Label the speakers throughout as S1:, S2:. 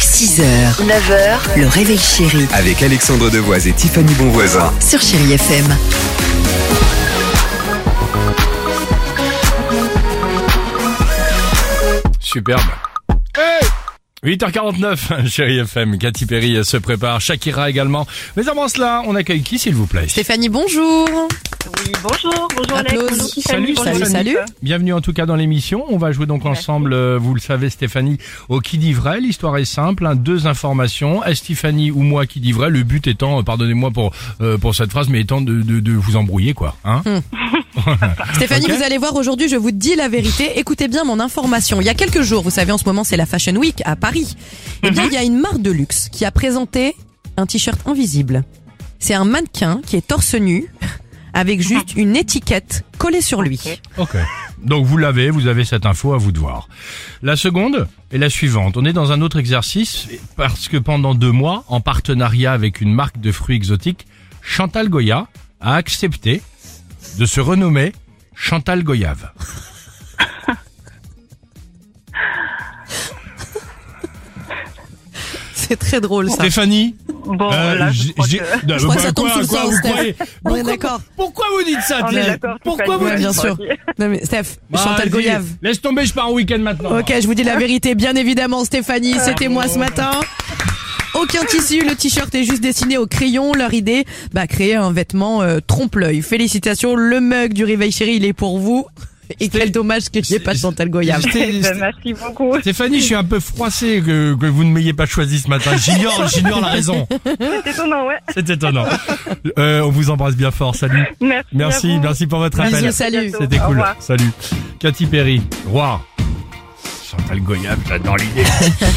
S1: 6h, 9h, le réveil chéri
S2: Avec Alexandre Devoise et Tiffany Bonvoisin.
S1: sur Chéri FM.
S3: Superbe. 8h49, chérie FM, Cathy Perry se prépare, Shakira également. Mais avant cela, on accueille qui s'il vous plaît
S1: Stéphanie, bonjour.
S4: Oui, bonjour, bonjour Alex,
S1: Applause.
S4: bonjour Tiffany,
S3: Salut,
S4: bonjour
S3: salut,
S4: Jean-Philippe.
S3: Bienvenue en tout cas dans l'émission. On va jouer donc ensemble, euh, vous le savez Stéphanie, au qui dit vrai. L'histoire est simple, hein, deux informations. Est-ce Stéphanie ou moi qui dit vrai Le but étant, euh, pardonnez-moi pour euh, pour cette phrase, mais étant de, de, de vous embrouiller quoi. Hein
S5: Stéphanie,
S3: Ok.
S5: vous allez voir aujourd'hui, je vous dis la vérité. Écoutez bien mon information. Il y a quelques jours, vous savez, en ce moment, c'est la Fashion Week à Paris. Eh
S3: Mhm.
S5: bien, il y a une marque de luxe qui a présenté un t-shirt invisible. C'est un mannequin qui est torse nu avec juste une étiquette collée sur lui.
S3: Mhm. Ok. Donc vous l'avez, vous avez cette info à vous de voir. La seconde est la suivante. On est dans un autre exercice parce que pendant deux mois, en partenariat avec une marque de fruits exotiques, Chantal Goya a accepté de se renommer Chantal Goyave.
S5: C'est très drôle ça.
S3: Stéphanie,
S4: Bon,
S3: euh,
S4: Oh, là, je
S3: j'ai-
S4: crois
S3: j'ai-
S4: que-
S3: Non,
S5: crois
S3: bah,
S5: que ça tombe
S3: quoi,
S5: sous le
S3: quoi,
S5: sens,
S3: vous
S5: Steph.
S3: croyez-
S5: On est
S3: pourquoi-
S5: d'accord.
S3: Pourquoi vous dites ça
S4: on est
S3: Thierry
S4: d'accord,
S3: Pourquoi vous
S4: Tiffany,
S5: Bien
S3: dites
S4: on est
S5: sûr.
S4: tranquille.
S5: Non mais Steph, Chantal
S3: Bah, Vas-y,
S5: Goyave.
S3: Laisse tomber, je pars en week-end maintenant.
S5: Ok, je vous dis la vérité, bien évidemment, Stéphanie, c'était moi ce matin. Aucun tissu, le t-shirt est juste dessiné au crayon. Leur idée, bah, créer un vêtement euh, trompe-l'œil. Félicitations, le mug du réveil chéri, il est pour vous. Et quel dommage que j'ai pas de Chantal Goya.
S3: Sté-
S4: Ben, Merci beaucoup.
S3: Stéphanie, je suis un peu froissé que, que vous ne m'ayez pas choisi ce matin. J'ignore, j'ignore la raison.
S4: C'est étonnant, ouais.
S3: C'est étonnant. Euh, on vous embrasse bien fort. Salut.
S4: Merci. à
S3: Merci,
S4: vous.
S3: merci pour votre appel.
S5: Bisous, salut.
S4: bientôt.
S3: C'était
S4: Au
S3: cool.
S4: revoir.
S3: Salut. Cathy Perry, roi. Chantal Goyave, j'adore l'idée.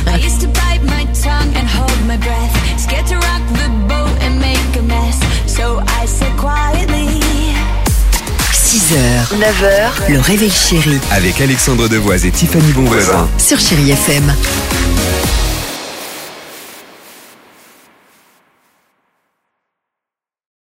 S6: I used to bite my tongue and hold my breath. Scared to rock the boat and make a mess. So I said quietly.
S1: 6h, 9h, le réveil chéri
S2: Avec Alexandre Devoise et Tiffany Bonvoisin.
S1: sur Chéri FM.